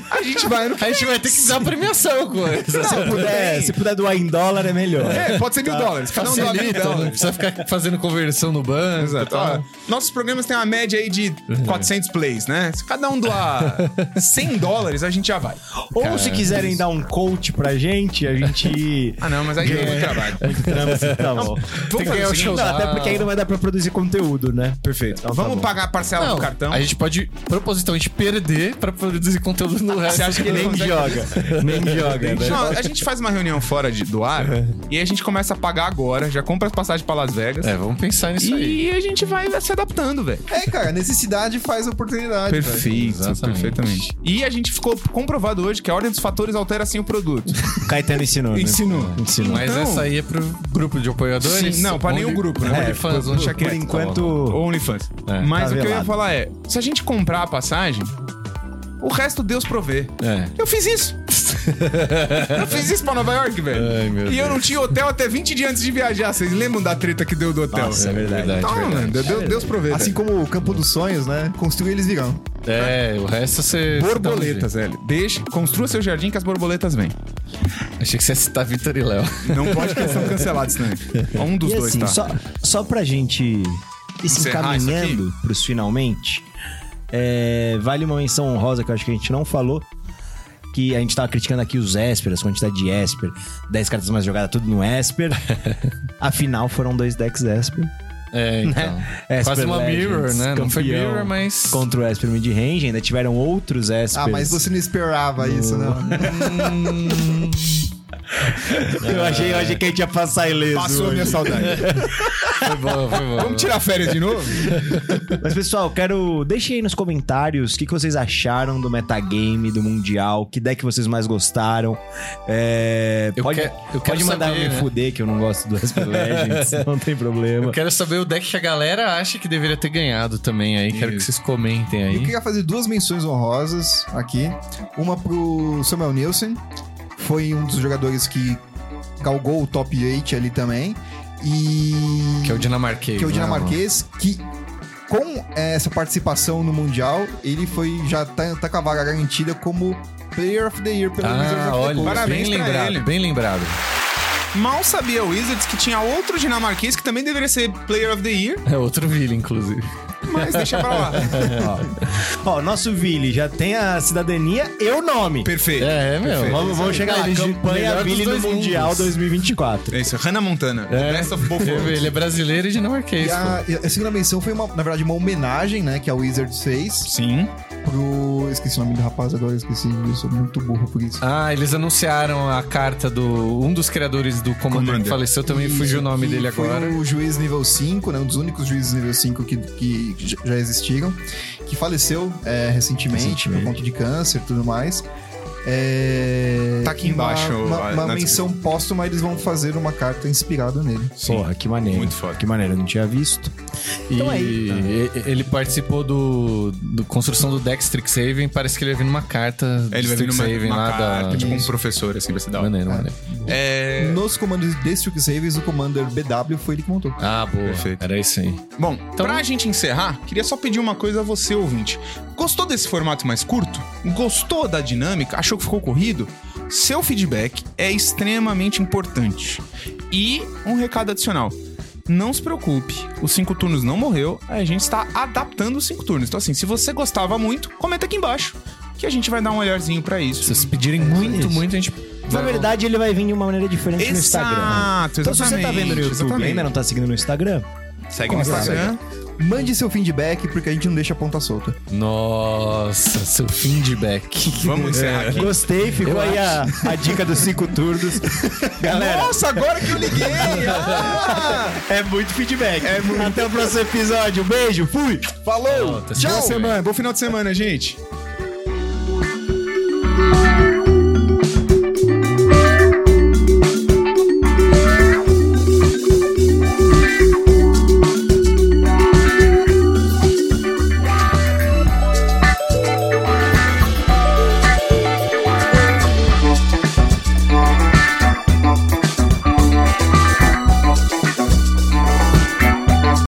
S2: a gente vai no
S1: a gente vai ter que dar premiação, coisa.
S3: Se puder, É, se puder doar em dólar, é melhor.
S2: É, pode ser mil dólares. Cada um doa mil
S1: Tá. Facilita, né? Então, não
S2: dólares.
S1: precisa ficar fazendo conversão no banco. tá?
S2: Exato.
S1: tal.
S2: Ó, nossos programas têm uma média aí de 400 plays, né? Se cada um doar 100 dólares, a gente já vai.
S3: Ou
S1: Cara,
S3: se quiserem dar um coach pra gente, a gente.
S2: Ah, não, mas aí é muito trabalho.
S3: Muito trampo, assim, tá bom.
S2: Vamos fazer
S1: ganhar
S2: o
S1: o
S2: seguinte?
S1: show.
S3: Não, até porque ainda vai dar pra produzir conteúdo, né?
S2: Perfeito.
S3: Então tá
S2: Vamos
S3: bom.
S2: pagar a parcela
S1: Não,
S2: do cartão.
S1: A gente pode propositalmente perder pra produzir conteúdo no resto.
S2: Você acha que ele
S3: Nem
S2: consegue-
S3: joga. Nem joga. né?
S2: Não, a gente faz uma reunião fora de- do ar
S1: É.
S2: e aí a gente começa a pagar agora, já compra as passagens pra Las Vegas.
S1: É, vamos pensar nisso aí.
S2: E a gente vai se adaptando, velho.
S4: É, cara, necessidade faz oportunidade. velho.
S2: Perfeito,
S1: É, Exatamente.
S2: perfeitamente. E a gente ficou comprovado hoje que a ordem dos fatores altera sim o produto.
S3: Caetano ensinou, né?
S2: Ensinou.
S3: Ensinou.
S1: Mas
S2: Então-
S1: essa aí é pro grupo de apoiadores?
S2: Sim, não, pra nenhum grupo, né?
S1: É, fãs,
S2: Pro-
S1: vamos deixar
S2: pro-
S1: quieto.
S3: Por
S1: tá
S3: enquanto.
S2: OnlyFans.
S1: É,
S2: Mas
S3: tá
S2: o que eu ia
S3: velado.
S2: falar é: se a gente comprar a passagem, o resto Deus provê.
S1: bom. É.
S2: Eu fiz isso. eu fiz isso pra Nova York, velho.
S1: Ai, meu
S2: E eu
S1: Deus.
S2: não tinha hotel até 20 dias antes de viajar. Vocês lembram da treta que deu do hotel?
S3: Nossa, é verdade.
S1: verdade.
S2: Então, mano, Deus, Deus provê.
S4: Assim
S2: velho.
S4: como o campo dos sonhos, né? Construir eles virão.
S1: É, o resto você.
S2: borboletas, velho. tá Deixa, construa seu jardim que as borboletas vêm.
S1: tá Achei que você ia citar Vitor e Léo.
S2: Não pode que eles são cancelados também. Um dos
S3: E
S2: dois,
S3: assim,
S2: tá?
S3: só, só pra gente ir se
S2: Encerrar isso
S3: encaminhando pros finalmente, é, vale uma menção honrosa que eu acho que a gente não falou. Que a gente tava criticando aqui os Esper, as quantidades de Esper, 10 cartas mais jogadas, tudo no Esper. Afinal, foram dois decks Esper.
S1: É, então.
S3: Esper
S1: Quase uma
S3: Legends,
S1: mirror, né? Não foi
S3: campeão
S1: mirror, mas.
S3: Contra o Esper Midrange, ainda tiveram outros Espers.
S4: né? Ah, mas você não esperava isso, não.
S3: Eu achei, eu achei que a gente ia passar ileso.
S2: Passou a
S3: hoje.
S2: minha saudade.
S1: Foi bom, foi bom.
S2: Vamos tirar férias de novo?
S3: Mas, pessoal, quero. Deixem aí nos comentários o que, que vocês acharam do metagame, do Mundial, que deck vocês mais gostaram. É,
S1: Eu,
S3: pode
S1: que- eu quero
S3: pode mandar um
S1: saber,
S3: eu me
S1: né?
S3: fuder, que eu não gosto do Aspen Legends, não tem problema.
S1: Eu quero saber o deck que a galera acha que deveria ter ganhado também aí. Quero que vocês comentem
S4: Eu
S1: aí.
S4: queria fazer duas menções honrosas aqui. Uma pro Samuel Nielsen, foi um dos jogadores que galgou o top 8 ali também. E.
S1: Que é o dinamarquês.
S4: que é o
S1: né,
S4: dinamarquês, que com essa participação no Mundial, ele foi já tá, tá com a vaga garantida como Player of the Year pelo Wizards of
S1: Ah,
S4: the
S1: olha,
S4: Coast.
S2: Parabéns
S1: bem
S2: pra
S1: lembrado,
S2: ele.
S1: bem lembrado.
S2: Mal sabia o Wizards que tinha outro dinamarquês que também deveria ser Player of the Year,
S1: É outro Vila, inclusive.
S2: mas deixa pra lá.
S3: Ó, nosso Vili já tem a cidadania e o nome.
S2: Perfeito.
S1: É, é meu.
S3: Vamos, vamos chegar lá.
S1: Ele já- melhor
S3: Campanha
S1: dos
S3: Vili no
S1: dois
S3: Mundial
S1: mundos.
S3: 2024.
S2: É isso, Hannah Montana.
S1: É.
S2: Best of both worlds.
S1: Ele é brasileiro e dinamarquês.
S4: E a, e a segunda menção foi, uma, na verdade, uma homenagem, né, que a Wizards fez
S2: Sim.
S4: pro... Esqueci o nome do rapaz agora, esqueci, eu sou muito burro por isso.
S1: Ah, eles anunciaram a carta do. Um dos criadores do Commander,
S2: Commander.
S1: que faleceu também, fugiu o nome
S4: Que
S1: dele
S4: foi um-
S1: agora.
S4: o juiz nível 5, né? Um dos únicos juízes nível 5 que, que j- já existiram. Que faleceu é, recentemente,
S3: Recentemente.
S4: por conta de câncer e tudo mais. É,
S2: Tá aqui
S4: e
S2: embaixo,
S4: Uma,
S2: a-
S4: uma, uma
S2: na
S4: menção póstuma, eles vão fazer uma carta inspirada nele.
S3: Porra, que maneiro.
S2: Muito foda.
S3: Que maneiro, eu não tinha visto.
S1: E
S3: Então aí.
S1: e- ele participou do, do construção do Dex Strixhaven. Parece que ele vai vir numa carta do
S2: Ele vai vir numa,
S1: Strixhaven
S2: numa
S1: lá
S2: carta,
S1: da.
S2: tipo um professor, assim, vai ser da hora.
S1: Maneiro, maneiro.
S2: É...
S4: Nos comandos de Strixhaven, o commander BW foi ele que montou.
S1: Ah, boa.
S2: Perfeito.
S1: Era isso aí.
S2: Bom,
S3: Então-
S2: pra gente encerrar, queria só pedir uma coisa a você, ouvinte. Gostou desse formato mais curto? Gostou da dinâmica? Achou que ficou corrido? Seu feedback é extremamente importante. E um recado adicional. Não se preocupe, os cinco turnos não morreu, a gente está adaptando os cinco turnos. Então, assim, se você gostava muito, comenta aqui embaixo que a gente vai dar um olharzinho pra
S1: Se
S2: isso.
S1: vocês pedirem muito,
S3: isso.
S1: muito, a gente.
S3: Na verdade, ele vai vir de uma maneira diferente no Instagram.
S2: Exato,
S3: Então, se você tá vendo no YouTube e ainda não tá seguindo no Instagram,
S2: Segue no
S4: Nossa,
S2: Instagram.
S4: Mande seu feedback, porque a gente não deixa a ponta solta.
S1: Nossa, seu feedback.
S2: Vamos encerrar aqui.
S3: gostei, ficou
S1: Eu
S3: aí a, a dica dos cinco turnos. Galera,
S2: Nossa, agora que eu liguei! Ah!
S3: é muito feedback. Até o próximo episódio. Um beijo, fui!
S2: Falou!
S1: Volta,
S2: Tchau!
S1: boa semana,
S2: Boa semana, bom final de semana, gente!